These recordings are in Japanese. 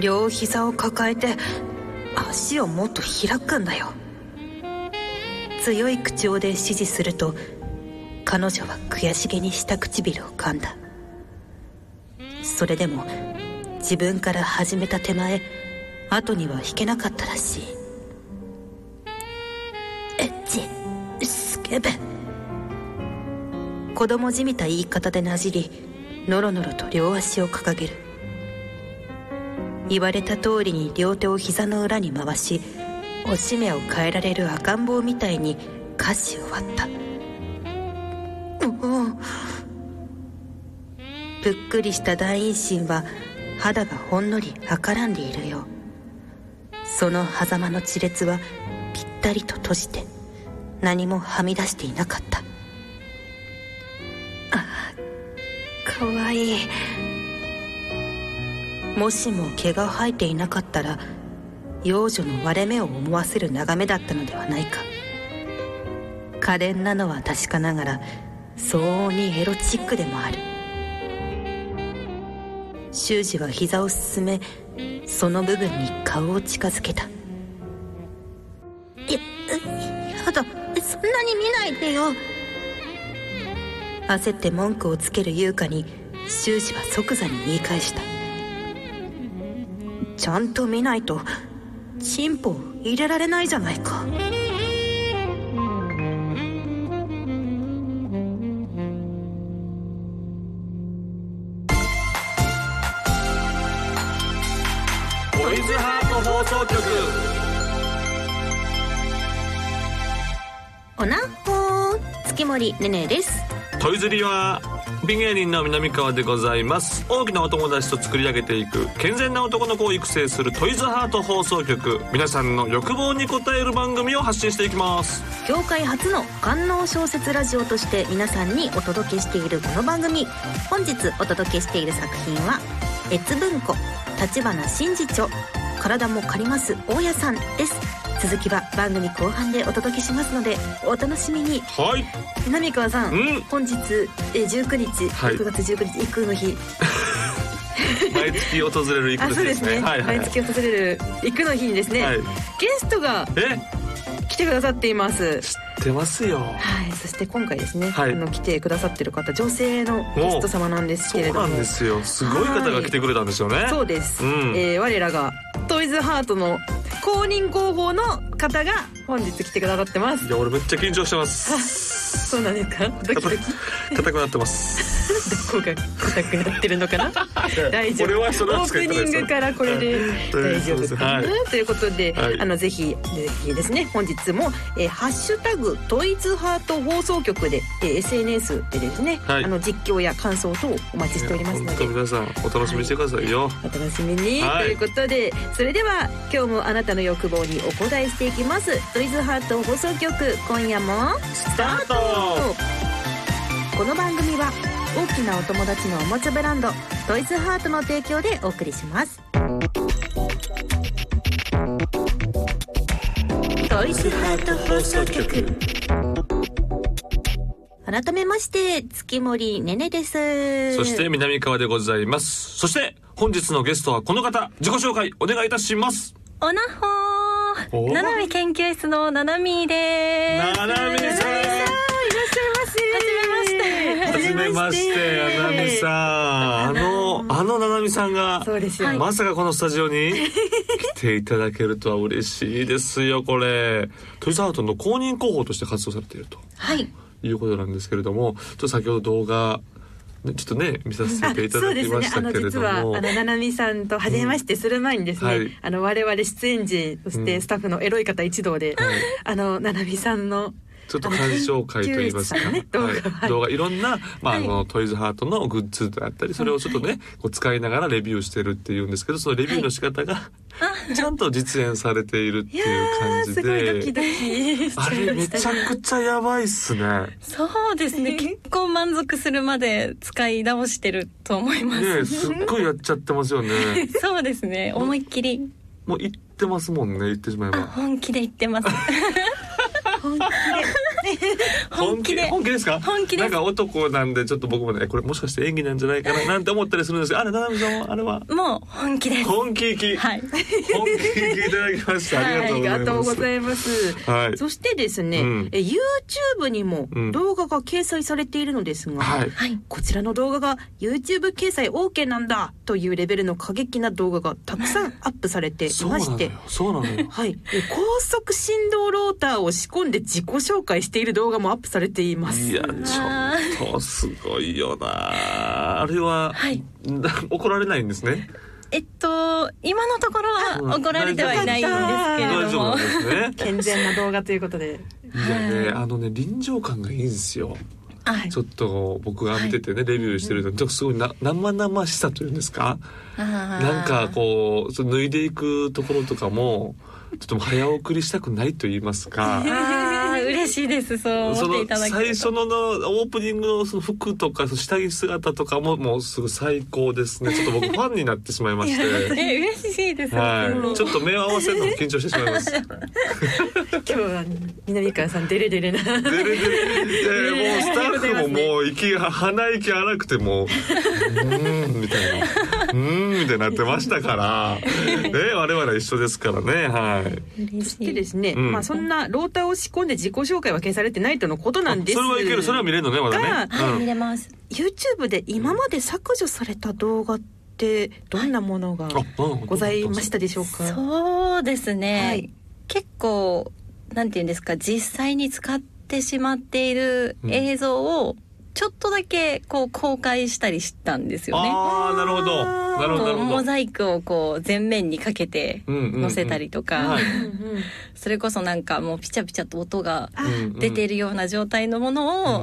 両膝を抱えて足をもっと開くんだよ強い口調で指示すると彼女は悔しげに下唇を噛んだそれでも自分から始めた手前後には引けなかったらしいエッチスケベ子供じみた言い方でなじりノロノロと両足を掲げる言われた通りに両手を膝の裏に回しおしめを変えられる赤ん坊みたいに歌詞を割ったうんぷっくりした大陰唇は肌がほんのり赤らんでいるようその狭間の地裂はぴったりと閉じて何もはみ出していなかったああかわいいもしも毛が生えていなかったら幼女の割れ目を思わせる眺めだったのではないか可憐なのは確かながら相応にエロチックでもある修二は膝を進めその部分に顔を近づけたややだそんなに見ないでよ焦って文句をつける優香に修二は即座に言い返したちゃんと見ないとチンポ入れられないじゃないかトイズハート放送局おなほー月森ねねですトイズリは美芸人の南川でございます大きなお友達と作り上げていく健全な男の子を育成するトイズハート放送局皆さんの欲望に応える番組を発信していきます業界初の官能小説ラジオとして皆さんにお届けしているこの番組本日お届けしている作品は「越文庫立花真嗣著体も借ります大家さん」です続きは番組後半でお届けしますのでお楽しみにはい南川さん、うん本日えー19日、はい6月19日育の日毎月訪れるイあクそうでですすねね、はいはい、は毎い、月訪れる育の日にですね、はいゲストがえ来てくださっています出ますよはい、そして今回ですね、はいあの来てくださってる方女性のゲスト様なんですそけれうどもなんですよすごい方が来てくれたんですよねそうです、うんえー我らがトイズハートの公認広報の方が本日来てくださってますいや俺めっちゃ緊張してます そうなんですかドキドキど硬くなってます こが硬くなってるのか な大丈俺夫オはそれはープニングからこれで大丈夫ですかな、 はいということで、はいあのぜひぜひですね本日も、えーハッシュタグトイズハート放送局で、えー SNS でですね、はいあの実況や感想等お待ちしておりますの本で当皆さんお楽しみにしてくださいよ、お楽しみに、はいということでそれでは今日もあなたの欲望にお応えしていきますトイズハート放送局今夜もスタートこの番組は大きなお友達のおもちゃブランドトイズハートの提供でお送りしますトイズハート放送局改めまして月森ねねですそして南川でございますそして本日のゲストはこの方自己紹介お願いいたしますおなほおーななみ研究室のななみーでーすななみさんははじめましてななみさんあのあのななみさんがそうですよまさかこのスタジオに来ていただけるとは嬉しいですよこれトイザハートの公認広報として活動されているとはいいうことなんですけれどもちょっと先ほど動画ねちょっとね見させあていたそうだできすまねしあたのけれ実どはあものななみさんと初めましてする前にですね、はいあの我々出演陣そしてスタッフのエロい方一同で、はいあのななみさんのちょっと鑑賞会といいますか、あの研究室さんのね動画は、はいい動画いろんな、まあ、はいあのトイズハートのグッズだったりそれをちょっとね、こう使いながらレビューしてるっていうんですけどそのレビューの仕方が、ちゃんと実演されているっていやいう感ーじすごいドキで。ドキしちゃあいれまめしちたゃねくちゃやばいっすね。 そうですね結構満足するまで使い直してると思います、ねえすっごいやっちゃってますよね。そうですね思いっきりもう言ってますもんね、言ってしまえ あば。本気で言ってます本気で 本気で本気ですか本気ですなんか男なんでちょっと僕もねこれもしかして演技なんじゃないかななんて思ったりするんですけどあれ七海さんはあれはもう本気です。本気気、はい。本気気いただきましたあはい、ありりががととううごございざいます。ますはいそしてですね、うんえ YouTube にもうん動画が掲載されているのですが、はいはい。こちらの動画が YouTube 掲載 OK なんだというレベルの過激な動画がたくさんアップされていそうなまのしてよ、そうなのよはい、え高速振動ローターを仕込んで自己紹介している動画もアップされています。いやちょっとすごいよなあれは、はいな 怒られないんですねえっと今のところうんは怒られてはいないんですけ大れど丈夫な。んも ですね健全な動画ということで、いやねはいあのね臨場感がいいんですよはいち。ょっと僕が見ててね、レビューしてるとちょっとすごいな生々しさというんですかななんかこうその脱いでいくところとかもちょっともう早送りしたくないと言いますかあー嬉しいです。そうそ思ってのいただけると。最初ののオープニングのその服とかその下着姿とかももうすぐ最高ですねちょっと僕ファンになってしまいま して。え嬉しいです。はもい、うちょっと目を合わせるのも緊張してしまいます。今日は南川さんデレデレな。でででででもうスタッフももう息が鼻息荒くてもううーんみたいなうーんみたいになってましたから、ね、我々は一緒ですからねはい。嬉しでいですね、うんまあそんなローターを仕込んで自己紹介は掲載されてないとのことなんですそれはいけるそれは見れるのねまだね。はい、う見んれます。 YouTube で今まで削除された動画ってどんなものがあうんございましたでしょうか、そうですね。はい結構なんていうんですか実際に使ってしまっている映像をちょっとだけこう公開したりしたんですよね。ああなるほどなるほどなるこうほど。モザイクをこう全面にかけて載せたりとか、はいうんうんそれこそなんかもうピチャピチャと音があ出ているような状態のもの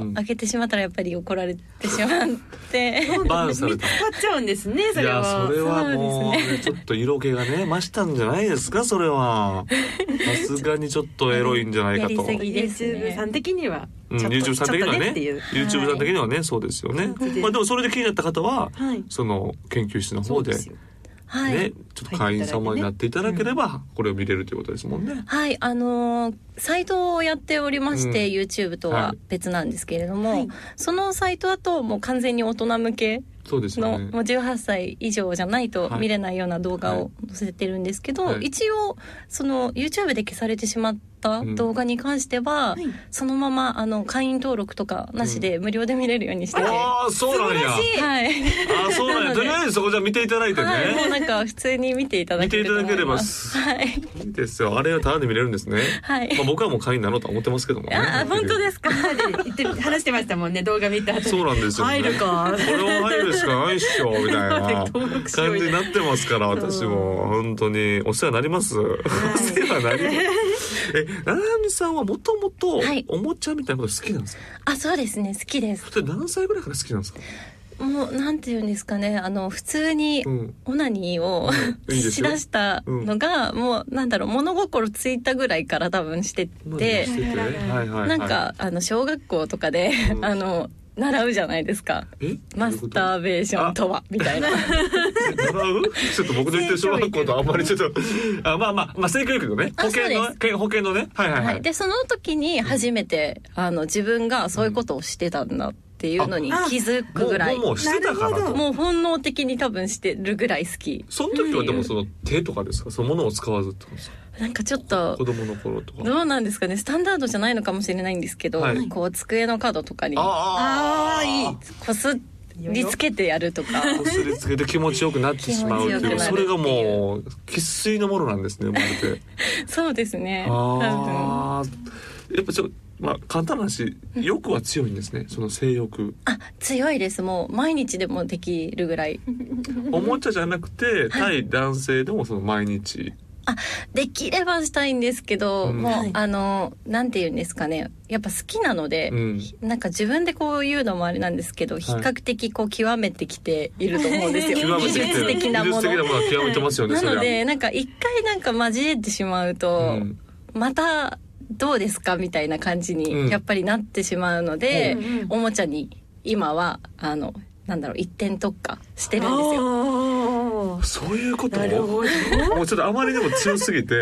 うをん開けてしまったらやっぱり怒られてしまって、バーンされ見つ たか。っちゃうんですねそいれやそはれはもう、ね、ちょっと色気がね増したんじゃないですかそれは。さすがにちょっとエロいんじゃないかと。やりすぎですね YouTube さん的にはうん、ちょっと YouTube さん的にちょはっとねねっていう YouTube さん的にはねそうですよね本当です。まあでもそれで気になった方ははいその研究室のそ方うででねすよはい、ちょっと会員様になっていただければこれを見れるということですもんね。はい、あのーサイトをやっておりまして、うん YouTube とははい別なんですけれども、はいそのサイトだともう完全に大人向けそうですよの、ねも。う18歳以上じゃないとはい見れないような動画を載せてるんですけど、はい一応その YouTube で消されてしまった動画に関しては、はいそのままあの会員登録とかなしで無料で見れるようにしてて、はああそうなんや。い、あそうなんなや。のでとりあえずそこじゃあ見ていただいてね。はい、もうなんか普通に見ていただ見けてるいとた思だけれいばます。すはい、いいですよ。あれはタダで見れるんですね。はいまあ僕はもう会員になろうとは思ってますけども、ね。。あ本当ですすか。言って話してましたもんね動画見た後そうなんですよ、ね。入るかこれは入るしかないっしょみたい な登録しよう感じになってますから、私も本当にお世話になります。お世話になります。え、ななみさんはもともとはいおもちゃみたいなこと好きなんですか。あ、そうですね。好きです。それ何歳ぐらいから好きなんですか。もうなんていうんですかねあの普通にうん。オナニーを、うんいいですしよだしたのが、もうなんだろう物心ついたぐらいから多分しててし、ててはいはいはい。なんかあの小学校とかで、うんあの習うじゃないですかえマスターベーションとはみたいな習うちょっと 僕の言ってる小学校とあんまりちょっとあまあまあまあ性教育のねあ保険そうのけ保険のねはいはいははいい、でその時に初めてあの自分がそういうことをしてたんだっていうのにうんあ気づくもぐらいうもうしてたからなるほとどもう本能的に多分してるぐらい好きその時はでもその手とかですかそのものを使わずってことですかなんかちょっと子供の頃とかどうなんですかねスタンダードじゃないのかもしれないんですけど、はいこう机の角とかにこあああーいいすりつけてやるとかこすりつけて気持ちよくなってしまうって気いう持ちよそくなれるっていうがもう生粋のものなんですね生まれて そうですね多分ああやっぱちょまあ簡単な話欲は強いんですねその性欲あ強いですもう毎日でもできるぐらいおもちゃじゃなくて対男性でもその毎日できればしたいんですけど、うんもう、はいあのなんて言うんですかねやっぱ好きなので、うんなんか自分でこう言うのもあれなんですけど、比較的こう極めてきていると思うんです よ極めて技きて術る的なも技術的なのものは極めてますよねなそのれでなんか一回なんか交えてしまうと、はうんまたどうですかみたいな感じうんにやっぱりなってしまうので、うんうんおもちゃに今はあのなんだろう一点特化してるんであすよ。ーそういうことなるほどもうちょっとあまりにも強すぎて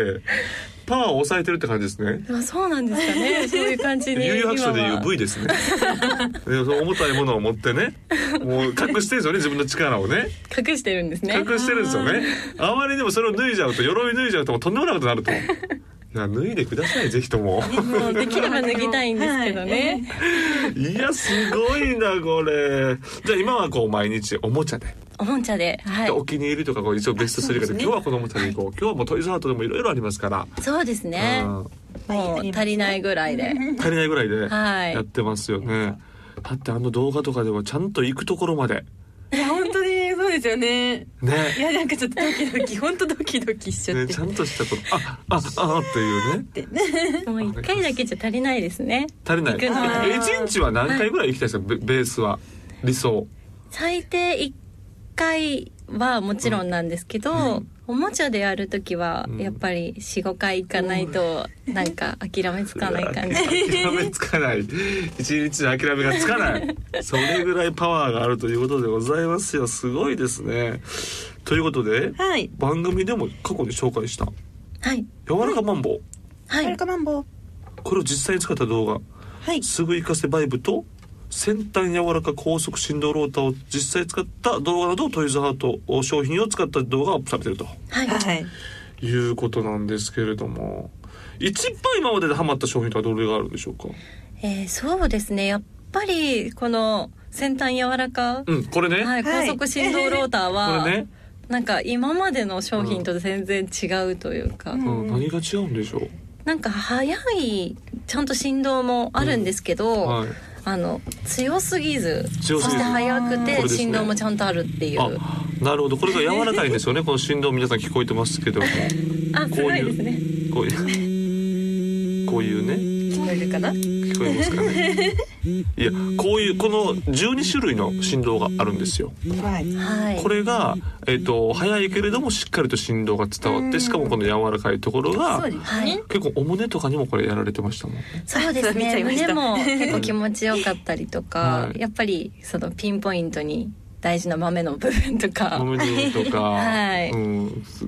パワーを抑えてるって感じですね。まあそうなんですかね。そういう感じで。悠々白書でいう V ですね。でその重たいものを持ってね、もう隠してるんですよね、自分の力をね。隠してるんですね。隠してるんですよね。あまりにもそれを脱いじゃうと、鎧脱いじゃうと、もうとんでもないことになると。いや脱いでください、ぜひとも。もうできれば脱ぎたいんですけどね。いや、すごいな、これ。じゃあ今はこう、毎日おもちゃで。おもちゃで、はでおい。気に入りとかこう一応ベスト3がで、そうですね今日はこのおもちゃで行こう、今日はもうトイズハートでもいろいろありますから、そうですね。うもう足りないぐらいで。ん、足りないぐらいではいやってますよね、だってあの動画とかではちゃんと行くところまでいや本当にそうですよねいねやなんかちょっとドキドキ本当ドキドキしちゃっねてちゃんとしたことああああっていうねもう一回だけじゃ足りないですね。足りない行くのはえ一日は何回ぐらい行きたいですかベベースは理想最低一回はもちろんなんですけど、うんおもちゃでやるときはうんやっぱり四五回行かないとなんか諦めつかない感じ。諦めつかない一日の諦めがつかないそれぐらいパワーがあるということでございますよすごいですねということではい番組でも過去に紹介したはい柔らかマンボウははるいかマンボウこれを実際に使った動画はいすぐ活かせバイブと先端柔らか高速振動ローターを実際使った動画などトイズハートを商品を使った動画がアップされているとはい。はいいうことなんですけれども一番今まででハマった商品とはどれがあるんでしょうかえーそうですね。やっぱりこの先端柔らか。うんこれね、はい、はい高速振動ローターは、 これね、なんか今までの商品と全然違うというか、うんうん、何が違うんでしょう、なんか速いちゃんと振動もあるんですけど、はい、あの強すぎず強すぎずそして速くこれてですね振動もちゃんとあるっていうああなるほどこれが柔らかいんですよねこの振動皆さん聞こえてますけどもすごいですねこういうこういうね聞こえるかな聞こえますかねいやこういうこの12種類の振動があるんですよはいはいこれが、えっと速いけれどもしっかりと振動が伝わってしかもこの柔らかいところがそうですはいね結構お胸とかにもこれやられてましたもんねそうで す見ちゃねいまし胸たも結構気持ちよかったりとか、はいやっぱりそのピンポイントに大事な豆の部分とか お胸とか、はいうんす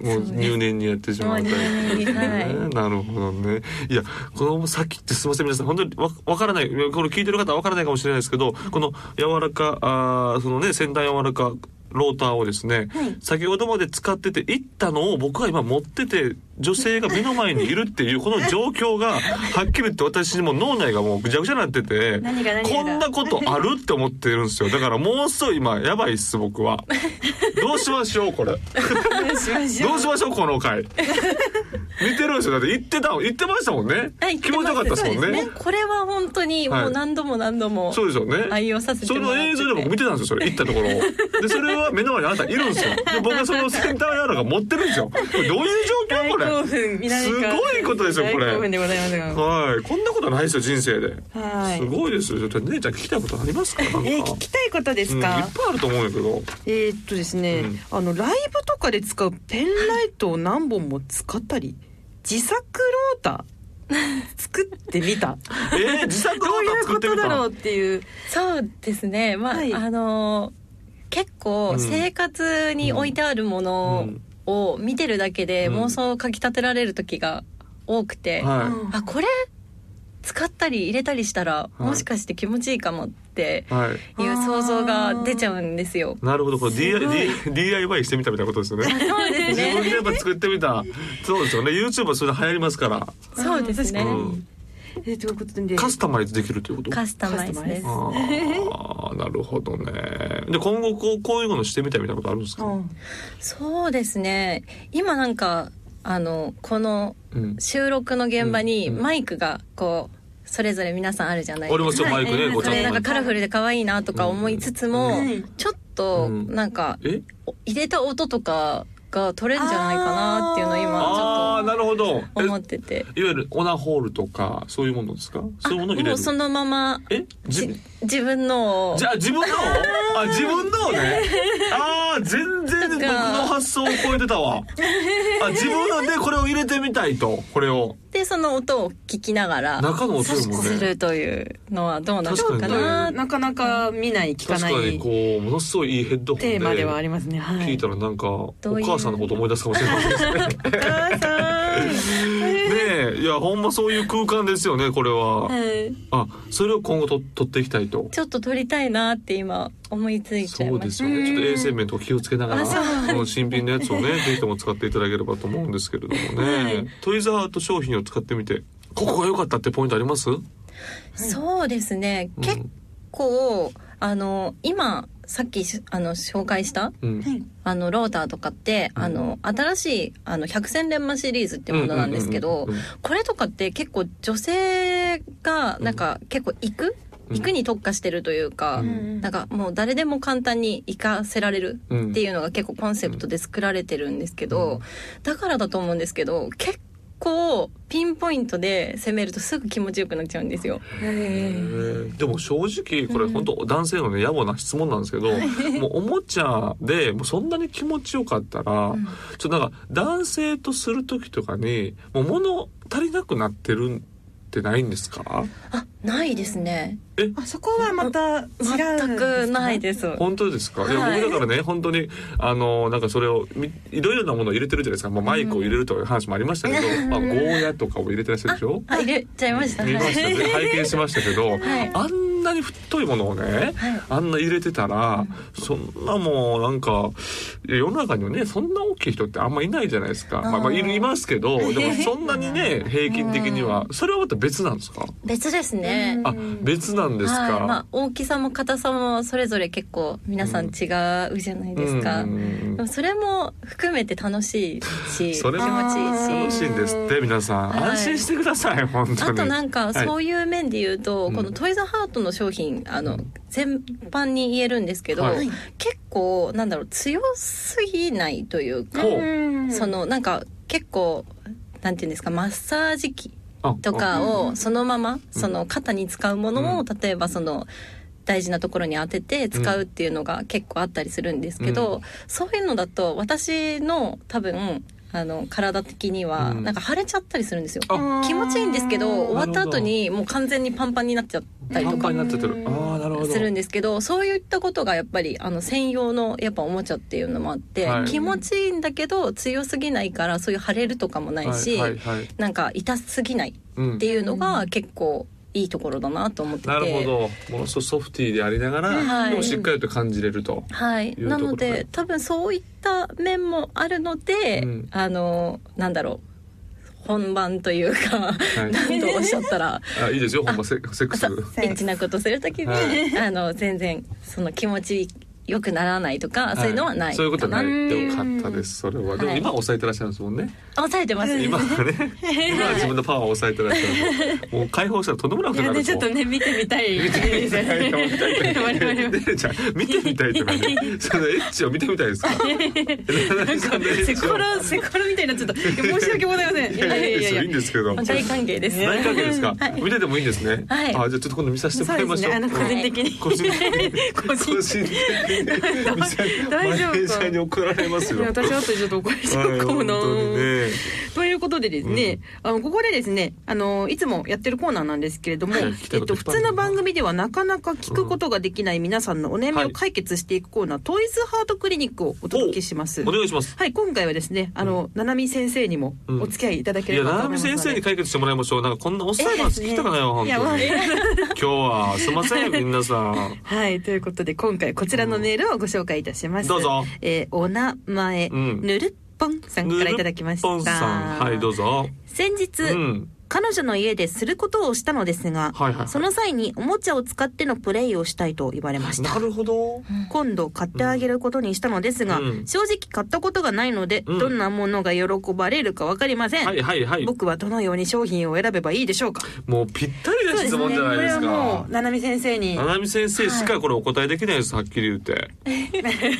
もうそうです入念にやってしまうタイプですね、はなるほどねいやこのさっきってすみません皆さん本当にわわからないこれ聞いてる方はわからないかもしれないですけどこの柔らかあーそのね先端柔らかローターをですね、先ほどまで使ってていったのを僕が今持ってて女性が目の前にいるっていうこの状況がはっきり言って私にも脳内がもうぐちゃぐちゃになって て何が何がこんなことあるって思ってるんですよだからもうすぐ今やばいっす僕はどうしましょうこれどうしましょどうしましょうこの回見てるんですよだって言ってたもん言ってましたもんねはい気持ちよかったですもんそうねこれは本当にもう何度も何度もそうですよね愛用させてそものらってて映像で僕見てたんですよそれ行ったところをでそれは目の前にあなたいるんですよで僕はそのセンターヤーラが持ってるんですよこれどういう状況これ興奮南す川ごいことですよこれ大興奮でございますがはいこんなことないですよ人生で、はいすごいですよちょっと姉ちゃん聞きたいことありますかなんかえー、聞きたいことでうんすいっぱいか、あると思うんやけどえーっとですね、うんあのライブとかで使うペンライトを何本も使ったり自作ローター作ってみたえー、自作ど動うい画う作こってとみただろうっていうそうですねまあ、はいあの結う構ん生活に置いてあるものを見てるだけでうん妄想をかきたてられる時が多くて、はあこれ使ったり入れたりしたらいもしかして気持ちいいかもっていはいいう想像が出ちゃうんですよ。なるほどこれ DI DIY してみたみたいなことですよねそうです自分でね。やっぱ作ってみたそうですよね YouTube はそれで流行りますから、 そうですねう。うんん、えーということでカスタマイズできるということカスタマイズです。ああなるほどねで今後こうこういうのしてみたいみたいなことあるんですか、うんそうですね。今なんかあのこのうん収録の現場にうんうんマイクがこうそれぞれ皆さんあるじゃない俺もでちょすっとマか。イクはねいごちそゃれなんかんカラフルで可愛いなとか思いつつも、うんちょっとうんなんかえ入れた音とかが取れんじゃないかなっていうのをああー今ちょっなるほどとえ思ってて。いわゆるオナホールとかそういうものですかそういうものを入れもるうそのままえじじ自分の をじゃあ 自分のあ自分のをねああ全然僕の発想を超えてたわあ自分のでこれを入れてみたいとこれをでその音を聞きながら中の音でもすねるというのはどうなの確かかにねな。なかなか見ない聞か確なかにいこうものすごいいいヘッドホンテーマではあでりますねは聞いいたらなんかおどういう母さんのこと思い出すかもしれないですねお母さね えいやほんまそういう空間ですよねこれは、はいあそれを今後と取っていきたいとちょっと撮りたいなって今思いついちゃいそうまでしすよねちょっと衛生面とか気をつけながらあそうこの新品のやつ をねぜひとも使っていただければと思うんですけれどもね、はいトイザーハート商品を使ってみてここが良かったってポイントあります、たそうですね、結構あの今さっきしあの紹介したうんはいあのローターとかって、うんあの新しいあの百戦錬磨シリーズってものなんですけど、うんうんうんこれとかって結構女性がなんか結構行く、うん行くに特化してるというか、うんなんかもう誰でも簡単に行かせられるうんうんっていうのが結構コンセプトで作られてるんですけうど、んだからだと思うんですけど結構ピンポイントで攻めるとすぐ気持ちよくなっちゃうんですよ。でも正直これうん本当男性のね野暮な質問なんですけど、もうおもちゃでもうそんなに気持ちよかったら、うんちょっとなんか男性とする時とかにもう物足りなくなってるんってないんですかあないですねあそこはまた違うんですか全くないです。本当ですか、い、やはい僕だからね本当にあのなんかそれをみいろいろなものを入れてるじゃないですか、まあ、マイクを入れるという話もありましたけど、 まあ、ゴーヤとかを入れてらっしゃるでしょあ入れちゃいました。見ま したねはい拝見しましたけど、はいあんなに太いものをねはいあんな入れてたら、そんなもうなんか世の中にはねそんな大きい人ってあんまいないじゃないですかーまあまあいるいますけ どでもそんなにね平均的にはそれはまた別なんですか別ですね。あ別なんですか、はい、まあ大きさも硬さもそれぞれ結構皆さん違うじゃないですか、うんでもそれも含めて楽しいし気そ持れちもい楽いししいんですって皆さん、はい安心してください本当にあとなんかはいそういう面で言うと、うんこのトイザハートの商品あの全般に言えるんですけど、はい結構なんだろう強すぎないというか、ほうそのなんか結構なんていうんですかマッサージ機あとかをそのままうんその肩に使うものうをん例えばその大事なところに当てて使うっていうのが結構あったりするんですけど、うそういうのだと私の多分あの体的にはうんなんか腫れちゃったりするんですよ。あ気持ちいいんですけど終わった後にもう完全にパンパンになっちゃったりパとンパンかになっててるあーなるほどするんですけどそういったことがやっぱりあの専用のやっぱおもちゃっていうのもあって、はい気持ちいいんだけど強すぎないからそういう腫れるとかもないし、はいはいはいなんか痛すぎないうんっていうのが結構いいところだなと思ってて。なるほどものすごいソフティーでありながら、はいでもしっかりと感じれると。はい、いうところなのねで多分そういった面もあるので、うんあのなんだろう本番というかはい、何度おっしゃったらあいいですよほんまセセックスあ。エッチなことする時に、はあの全然その気持ちよくならないとか、そういうのはないそういうことはないってよかかなったですそれはでもはい今抑えてらっしゃるんですもん ね、抑えてます今は ね今は自分のパワーを抑えてらっしゃるもう解放したらとんでもなくいなやるねちょっとね見てみたいです よね。 我々もねえちゃん見てみたいとかねそのエッチを見てみたいですかなんかセコラセコラみたいになっちゃった。いや申し訳ございま せん。いいややいいいやんいでやすいよやいいんですけど大歓迎です。大歓迎ですか、見ててもいいんですね、はいあじゃあちょっと今度見させてもらいましょうそうですねあの個人的に個人的に個人個人的 に見せ大丈夫かマネージャーに怒られますよいや私あとちょっと怒られちゃはういかも本な。当にね ということでですね、あのここでですねあのいつもやってるコーナーなんですけれども、はいえっと、普通の番組ではなかなか聞くことができない皆さんのお悩みを解決していくコーナー、トイズハートクリニックをお届けします。お願いしますはい、今回はですね、あの、ななみ先生にもお付き合いいただけいれやばと七思いま海すので。先生に解決してもらいましょうなんかこんなおっさんの話聞きたくないわ本いやも当うに今日はすいま せん皆さんはい、ということで今回こちらのメールをご紹介いたします。どうぞ。えーお名前、うんぬるっぽんさんからいただきました。ポンさんはいどうぞ先日、うん彼女の家ですることをしたのですが、はいはいその際におもちゃを使ってのプレイをしたいと言われましたな。るほど今度買ってあげることにしたのですが、うん正直買ったことがないので、うんどんなものが喜ばれるかわかりません、はいはいはい僕はどのように商品を選べばいいでしょうかもうぴったりな質こ問じゃないれですはもかうななみ先生に七海先生しかこれお答えできないですはっきり言って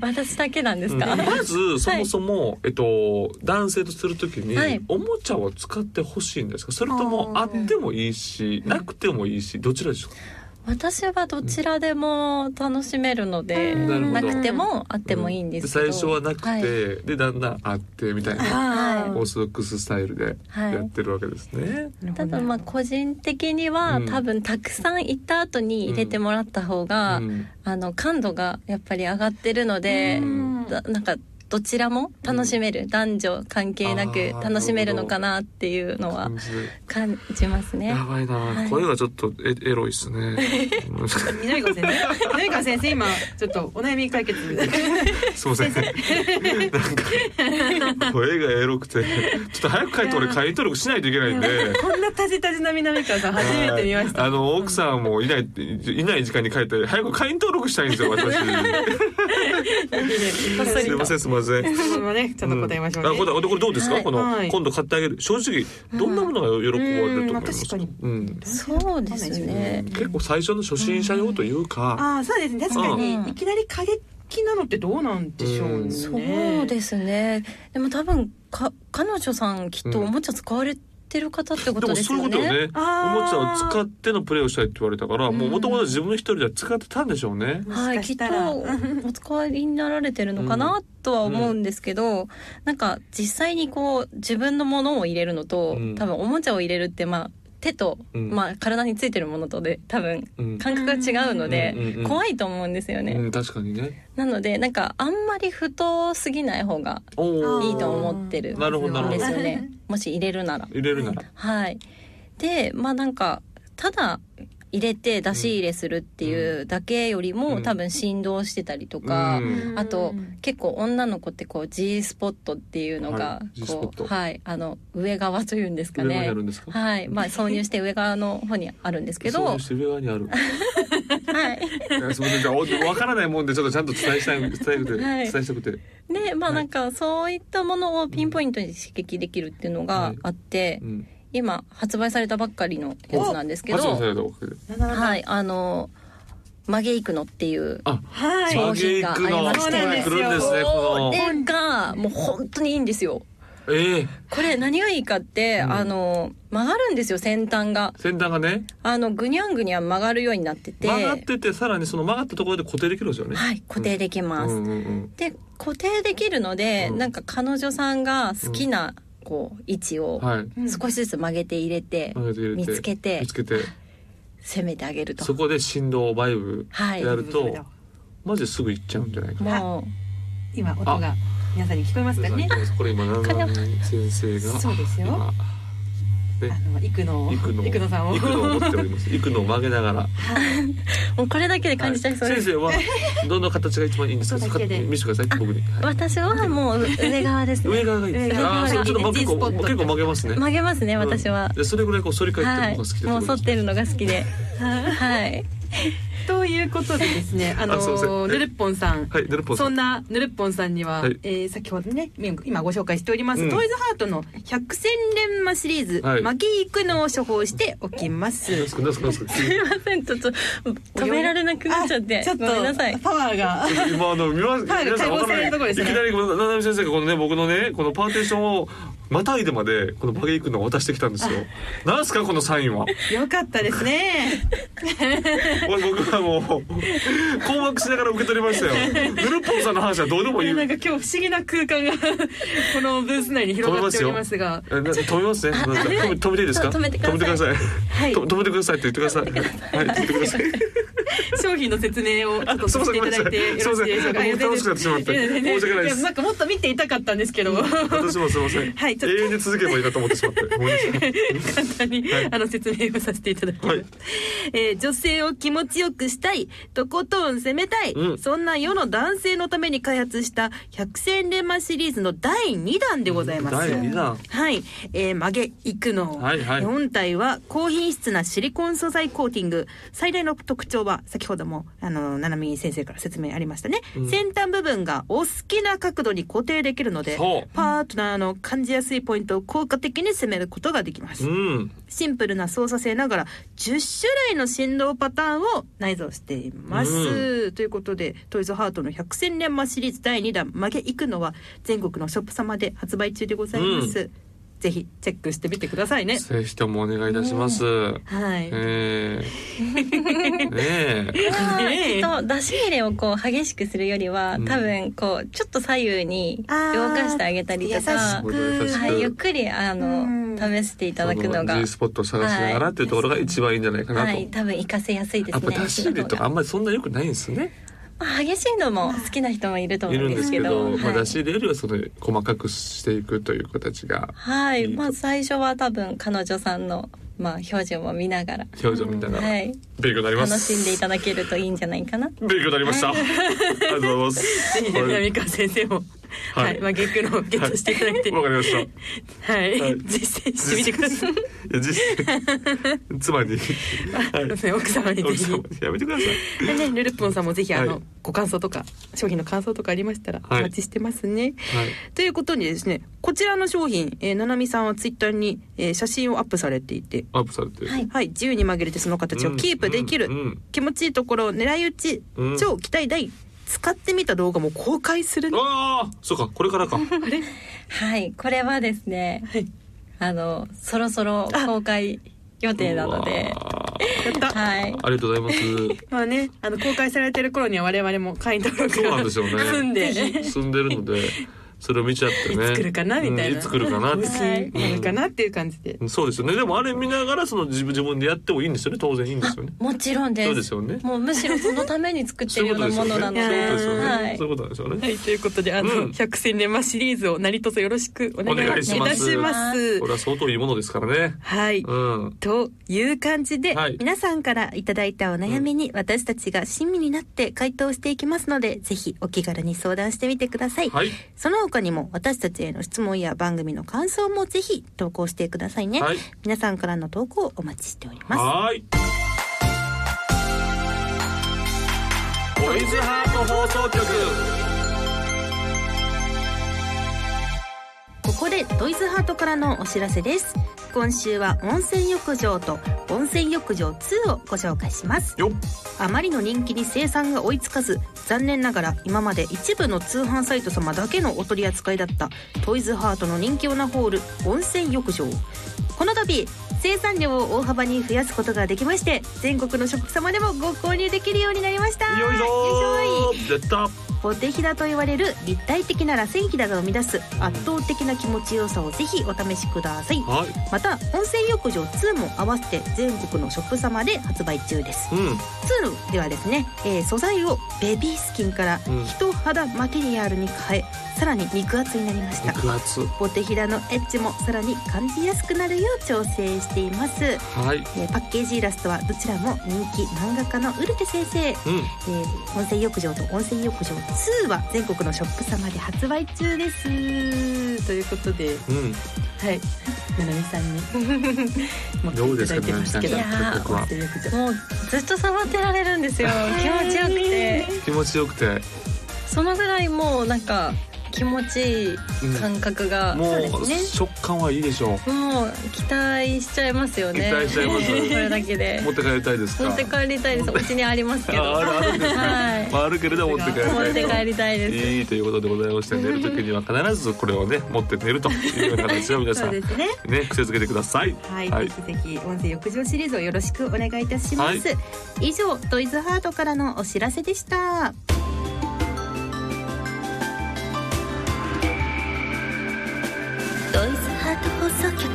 私だけなんですか。うんまずそもそも、えっと男性とするときに、はいおもちゃを使ってほしいんですかそれともああーってもいいしなくてもいいしどちらでしょう私はどちらでも楽しめるので、なるほどなくてもあってもいいんですけ最ど、初はなくて、はいでだんだんあってみたいあなオーソドックススタイルではいやってるわけですね。ーただまあ個人的には、うん多分たくさん行った後に入れてもらった方が、うんあの感度がやっぱり上がってるので、うんだなんかどちらも楽しめる、男女関係なくあー楽しめるなるのほどかなっていうのは感じで感じますねや。ばいな、はい声がちょっとエエロいです ねうんす南川先生南川先生今ちょっとお悩み解決いませんなんか声がエロくてちょっと早く帰って俺会員登録しないといけないんでこんなタジタジな南川さん初めて見ましたあの奥さんもいないいない時間に帰って早く会員登録したいんです よ私こっそりすいとませんすいません質問ねちゃんと答えましょうね、んあ答えこれどうですか、はいこの、はい今度買ってあげる正直どんなものが喜ばれると思いますか,、ううんまあ確かにそうですね。結構最初の初心者用というか、ああそうですね確かに、うんいきなり過激なのってどうなんでしょうね、うんそうですね。でも多分か彼女さんきっとうんおもちゃ使われてる方ってこでともですそういうよことよね。ねおあーもちゃを使ってのプレーをしたいって言われたから、もう元々自分一人では使ってたんでしょうね、はい、もきしっかとしたら お使いになられてるのかなとは思うんですけど、なんか実際にこう自分のものを入れるのと、うん多分おもちゃを入れるってまあ手と、うんまあ体についてるものとで多分うん感覚が違うのうんうんうんでうん怖いと思うんですよね。うん、確かにねなのでなんかあんまり太すぎない方がおーいいと思ってるなるほどなるんほでどすよね。 もし入れるなら。入れるなら、はい。で、まあなんか、ただ入れて出し入れするっていうだけよりうも、ん多分振動してたりとか、うんあと結構女の子ってこう G スポットっていうのがはい G スポこッう、トはい、あの上側というんですか上側にねある。んですか、はい、まあ挿入して上側の方にあるんですけど、そはうして上側にあ るい。いやすみませんじゃあおわからないもんでちょっとちゃんと伝えしたい伝 えたくて、はい伝えしたくて、で、まはあいなんかそういったものをピンポイントに刺激できるっていうのがあってう、ん、今発売されたばっかりのやつなんですけど、発売されたわけではい、あの曲げいくのっていうあはいそうマ商ギ品ーがあクりのまそしてうなんです来よるんですねこのこれがもう本当にいいんですよ。ええこれ何がいいかって、うんあの曲がるんですよ先端が先端がねあのぐにゃんぐにゃん曲がるようになってて曲がっててさらにその曲がったところで固定できるんですよね。はい固定できます。うんうんうんで固定できるので、うんなんか彼女さんが好きなこう位置をはい。少しずつ曲げて入れて、曲げて入れて見つけて見つけて攻めてあげるそと。こで振動バイブはい。やるはといマジですぐ行っちゃうんじゃないかな。も今音が皆さんに聞こえますかねこれ今長谷先生がそうですよ今あの育野育の育野さんを育のを持っております。育のを曲げながら。うもうこれだけで感じちゃいそうはいです。先 生はどの形が一番いいんですか。音だけで見せてください僕に。はい私はもう上側ですね。上側がいいです上ね。側ああー、そうちょっとまあいいね G 結構スポット結構曲げますね。曲げますねうん私は、でそれぐらいこう反り返ってはるいのが好きだもうと反思いまっすてるのが好 きではい ということでですねああすいませんのぬるっぽんさんはい、デルポンさそんん。なぬるっぽんさんには、はいえー先ほどね今ご紹介しております、うんトイズハートの百戦錬磨シリーズ「はいマギークの」を処方しておきます。なんすかなんすかなんすか急 にすいませんちょっと止められなくなっちゃってあちょっとごめんなさいパワーが今あの見ますはい皆さんわからな解放されるいところでいすきねなりこの七海先生がこのね僕のねこのパーテーションをまたいでまでこのバゲイ君のを渡してきたんです よ。なんすかこのサインは。良かったです ね。俺僕はもう困惑しながら受け取りましたよ。 ヌルポンさんの話はどうでもいい。なんえか今日不思議な空間が このブース内に広がっておりますが、な止めますね。なんか止め止めていいですか。止めてください止めてください。いと止めてくださいって言ってください。はい、止めてください。商品の説明をちょっとさせていただいてよろしいすいませんでしょうか。ごめんなさいもう楽しくなってしまってや全然申し訳ないですやなんかもっと見ていたかったんですけど、私もすいません。はいちょっと永遠に続けばいいなと思ってしまって。ごめんなさい簡単に、あの説明をさせていただきます、はいえー女性を気持ちよくしたいとことん攻めたい、うんそんな世の男性のために開発した百戦錬磨シリーズの第2弾でございます第二弾。はい、えー、曲げ育能、はいはい本体は高品質なシリコン素材コーティング最大の特徴は先ほどもあの七海先生から説明ありましたね、うん先端部分がお好きな角度に固定できるのでそうパートナーの感じやすいポイントを効果的に攻めることができます、うん。シンプルな操作性ながら10種類の振動パターンを内蔵しています。ということで、トイズハートの百戦錬磨シリーズ第2弾、曲げいくのは全国のショップ様で発売中でございます。ぜひチェックしてみてくださいね。ぜひともお願いいたします。はい。えーねえ。まあねえきっと出し入れをこう激しくするよりは、うん多分こうちょっと左右に動あーかしてあげたりとか優しくはい、ゆっくりあの、うん試していただくのそが G スポットを探しながらっていうところが一番いいんじゃないかなと。はい多分活かせやすいでやすっねぱ出し入れとかあんまりそんな良くないんですね。あ激しいのも好きな人もいるとい思うるんんでですすけけどど、まあ、はい出し入れよりはその細かくしていくという形がはいいいとまあ最初は多分彼女さんのまあ表情も見ながら、表情みたいな、はい、勉強になりま楽すしんでいただけるといいんじゃないかな。勉強になりました、ありがとうございます ぜひ南川先生も、はいはい、まあ、ゲックのをゲットしていただいて、わかりま したいはい、はい実践してみてください。や実際妻に、はい、奥様にぜ奥ひ。様にやめてくださいでね、ルルポンさんもぜひ、あの、はいご感想とか、商品の感想とかありましたら、おはい待ちしてますね。はいということにですね、こちらの商品、えー、ななみさんはツイッターに、えー写真をアップされていて、アップされてるはいはい、自由に曲げれてその形をキープできる、うんうん気持ちいいところを狙い撃ち、うん超期待大使ってみた動画も公開するうんああそうかこれからかはい、これはですね、はいあのそろそろ公開予定なのでう、わやった、はいー、ありがとうございますまあねあの公開されてる頃には我々も会員登録そうなんがですよね済んで住んでるのでそれを見ちゃってねいつ来るかなみたいな、うんいつ来るかなって更新なのかなっていう感じで、そうですよねでもあれ見ながらその自分自分でやってもいいんですよね当然いいんですよねもちろんでそうす。ですよねもうむしろそのために作ってそうるいうよこうとなですよもねのなので、そういうことですよねそういうことなはいんではすよねいということであの、うん百戦錬磨シリーズを何卒よろしくお願いいたしお願まいしますすこれは相当いいものですからねはい、うんという感じで、はい皆さんからいただいたお悩みに私たちが親身になって回答していきますので、ぜひお気軽に相談してみてください、はいその他にも私たちへの質問や番組の感想もぜひ投稿してくださいね、はい皆さんからの投稿をお待ちしておりまはーいトイズハート放送局すここでトイズハートからのお知らせです今週は温泉浴場と温泉浴場2をご紹介しますよっあまりの人気に生産が追いつかず残念ながら今まで一部の通販サイト様だけのお取り扱いだったトイズハートの人気オナホール温泉浴場この度生産量を大幅に増やすことができまして全国のショップ様でもご購入できるようになりましたよいしょよいしょいーやったボテヒダと言われる立体的な螺旋ヒダが生み出す圧倒的な気持ちよさをぜひお試しくださいはいまた温泉浴場2も合わせて全国のショップ様で発売中ですうんツールではですね、えー素材をベビースキンからうん人肌マテリアルに変え、さらに肉厚になりました肉厚ボテヒラのエッジもさらに感じやすくなるよう調整しています、えはいーパッケージイラストはどちらも人気漫画家のウルテ先生、えうんー温泉浴場と温泉浴場2は全国のショップ様で発売中ですということでうんはいななみさんに持どうですかっていただいてますけどねいやー僕は温泉浴場もうずっと触ってられるんですよ。気持ちよくて、気持ちよくてそのぐらいもうなんか気持ちいい感覚が、もそううですね。食感はいいでしょうもう期待しちゃいますよね。期待しちゃいますこれだけで持って帰りたいですか持って帰りたいです。お家にありますけど、ああるあるんですねはいまああるけれど持って帰り持たっいてと帰りたいです。いいということでございまして寝る時には必ずこれをね持って寝るというような形を皆そさうんねですね癖づけてくださいはい、はいぜひぜひ音声浴場シリーズをよろしくお願いいたします、は以上トイズハートからのお知らせでしたドイツハート放送局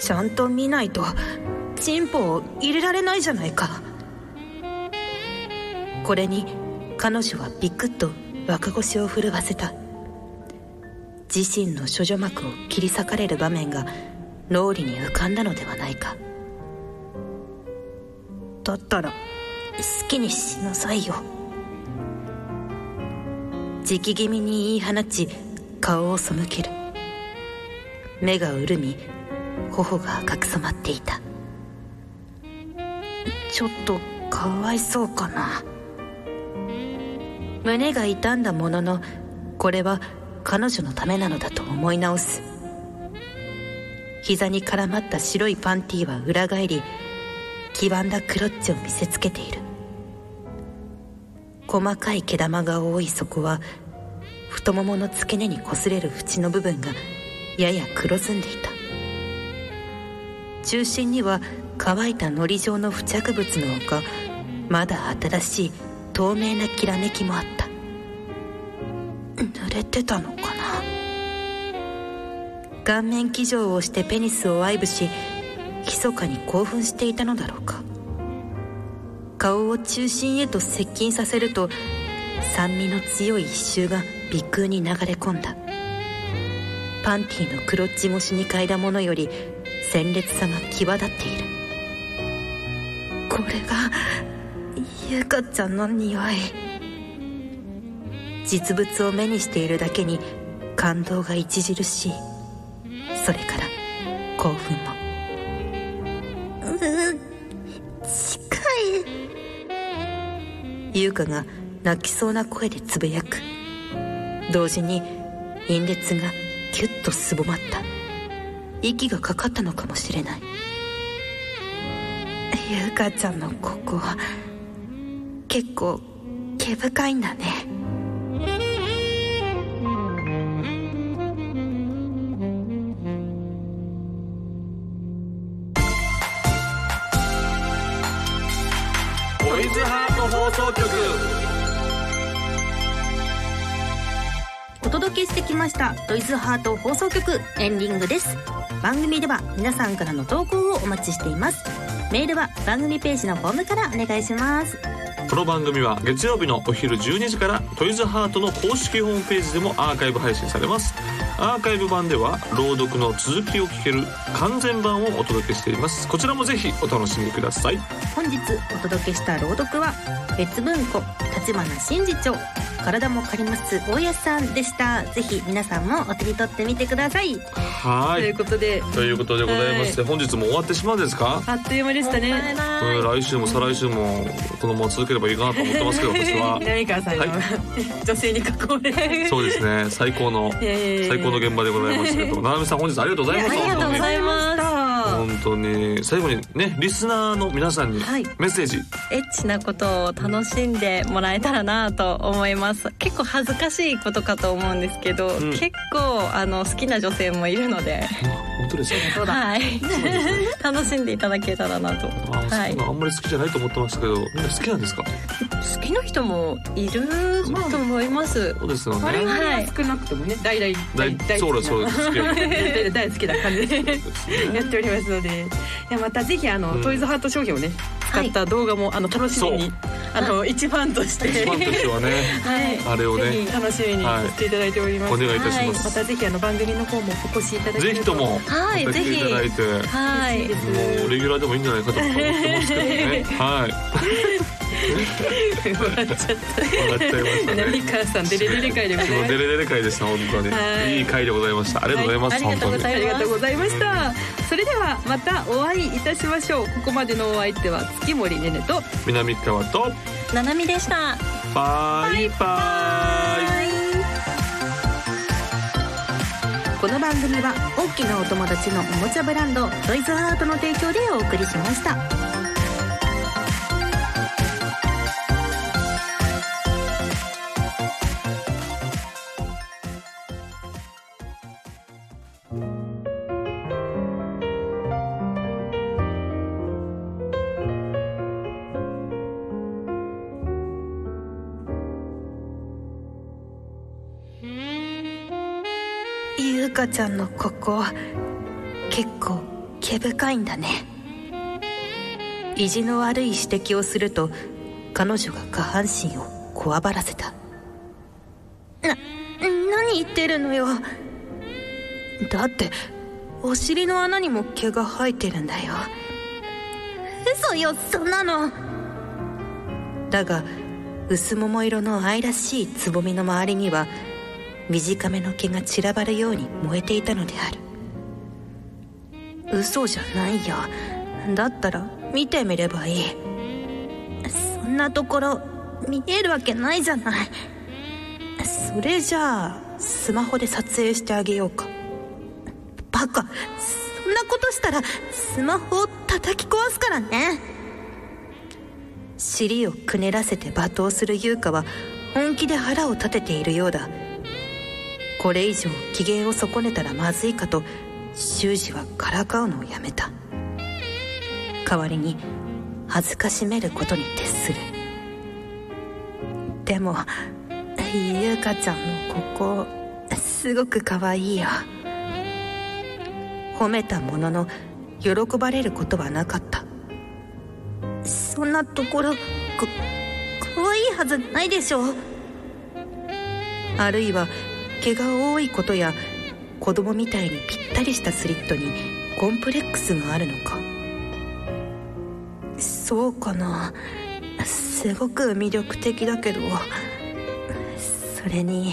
ちゃんと見ないとチンポを入れられないじゃないかこれに彼女はビクッと若腰を震わせた自身の処女膜を切り裂かれる場面が脳裏に浮かんだのではないかだったら好きにしなさいよ直気味に言い放ち顔を背ける目が潤み頬が赤く染まっていたちょっとかわいそうかな胸が痛んだもののこれは彼女のためなのだと思い直す膝に絡まった白いパンティーは裏返り黄ばんだクロッチを見せつけている細かい毛玉が多いそこは太ももの付け根に擦れる縁の部分がやや黒ずんでいた中心には乾いた糊状の付着物のほかまだ新しい透明なきらめきもあった濡れてたのかな顔面騎乗をしてペニスを愛撫し密かに興奮していたのだろうか顔を中心へと接近させると酸味の強い一臭が鼻腔に流れ込んだパンティのクロッチ越しに嗅いだものより鮮烈さが際立っているこれがゆかちゃんの匂い実物を目にしているだけに感動が著しいそれから興奮も優香が泣きそうな声でつぶやく同時に陰裂がキュッとすぼまった息がかかったのかもしれない優香ちゃんのここは結構毛深いんだねトイズハート放送局お届けしてきましたトイズハート放送局エンディングです番組では皆さんからの投稿をお待ちしていますメールは番組ページのフォームからお願いしますこの番組は月曜日のお昼12時からトイズハートの公式ホームページでもアーカイブ配信されますアーカイブ版では朗読の続きを聞ける完全版をお届けしていますこちらもぜひお楽しみください本日お届けした朗読は別文庫立花真二長体も借ります大家さんでしたぜひ皆さんもお手に取ってみてくださいはといいうことでということでございまして本日も終わってしまうんですかあっという間でしたもったいねえないー来週も再来週もこのまま続ければいいかなと思ってますけど私 は南川さんが、は女性に囲われてそうですね最高の いやいやいや最高の現場でございましたけど七海さん本日ありがとうございまあすりがとうございますま本当に最後にねリスナーの皆さんにメはいッセージ、エッチなことを楽しんでもらえたらなと思います結構恥ずかしいことかと思うんですけど、ん結構あの好きな女性もいるので本当ですよねそうだはい 楽しんでいただけたらなとあー、はいそうなのあんまり好きじゃないと思ってましたけどみんな好きなんですか好きな人もいると思いますそうですよ我ね々は少なくともね大々大そうだそ大うだ好きよ大 大好きな感じでやっておりますのでいやまたぜひあの、うんトイズハート商品をね使はいった動画も、あの楽しみそにうあの一ファンとして一番としてはねはいあれをねぜひ楽しみにしていただいております、お願いいたしま、ますたぜひあの番組の方もお越しいただけぜるひともはいまた来ていただいてもはいうレギュラーでもいいんじゃないかと思ってますけどねはい 笑っちゃった 笑っちゃいましたね南川さんデレデレ会でございもまうすデレデレ会でした本当はいにいい会でございましたありがとうございます、はいあ本りがと当うごにざありがとうございましたそれではまたお会いいたしましょうここまでのお相手は月森ねねと南川とななみでしたバイバイこの番組は大きなお友達のおもちゃブランドトイズハートの提供でお送りしました優香ちゃんのここ結構毛深いんだね意地の悪い指摘をすると彼女が下半身をこわばらせたな何言ってるのよだってお尻の穴にも毛が生えてるんだよ嘘よそんなのだが薄桃色の愛らしいつぼみの周りには短めの毛が散らばるように燃えていたのである嘘じゃないよだったら見てみればいいそんなところ見えるわけないじゃないそれじゃあスマホで撮影してあげようかバカそんなことしたらスマホを叩き壊すからね尻をくねらせて罵倒する優香は本気で腹を立てているようだこれ以上機嫌を損ねたらまずいかと修二はからかうのをやめた代わりに恥ずかしめることに徹するでも優香ちゃんのここすごく可愛いよ褒めたものの喜ばれることはなかったそんなところか可愛いはずないでしょあるいは毛が多いことや子供みたいにぴったりしたスリットにコンプレックスがあるのかそうかなすごく魅力的だけどそれに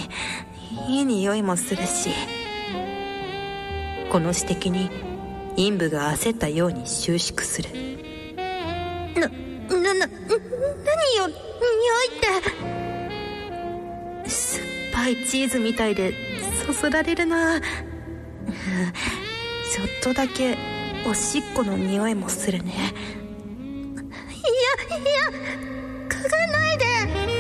いい匂いもするしこの指摘に陰部が焦ったように収縮するな、な、な、な、何よ、匂いって。酸っぱいチーズみたいで、そそられるな。 うんちょっとだけ、おしっこの匂いもするね。いや、いや、嗅がないで。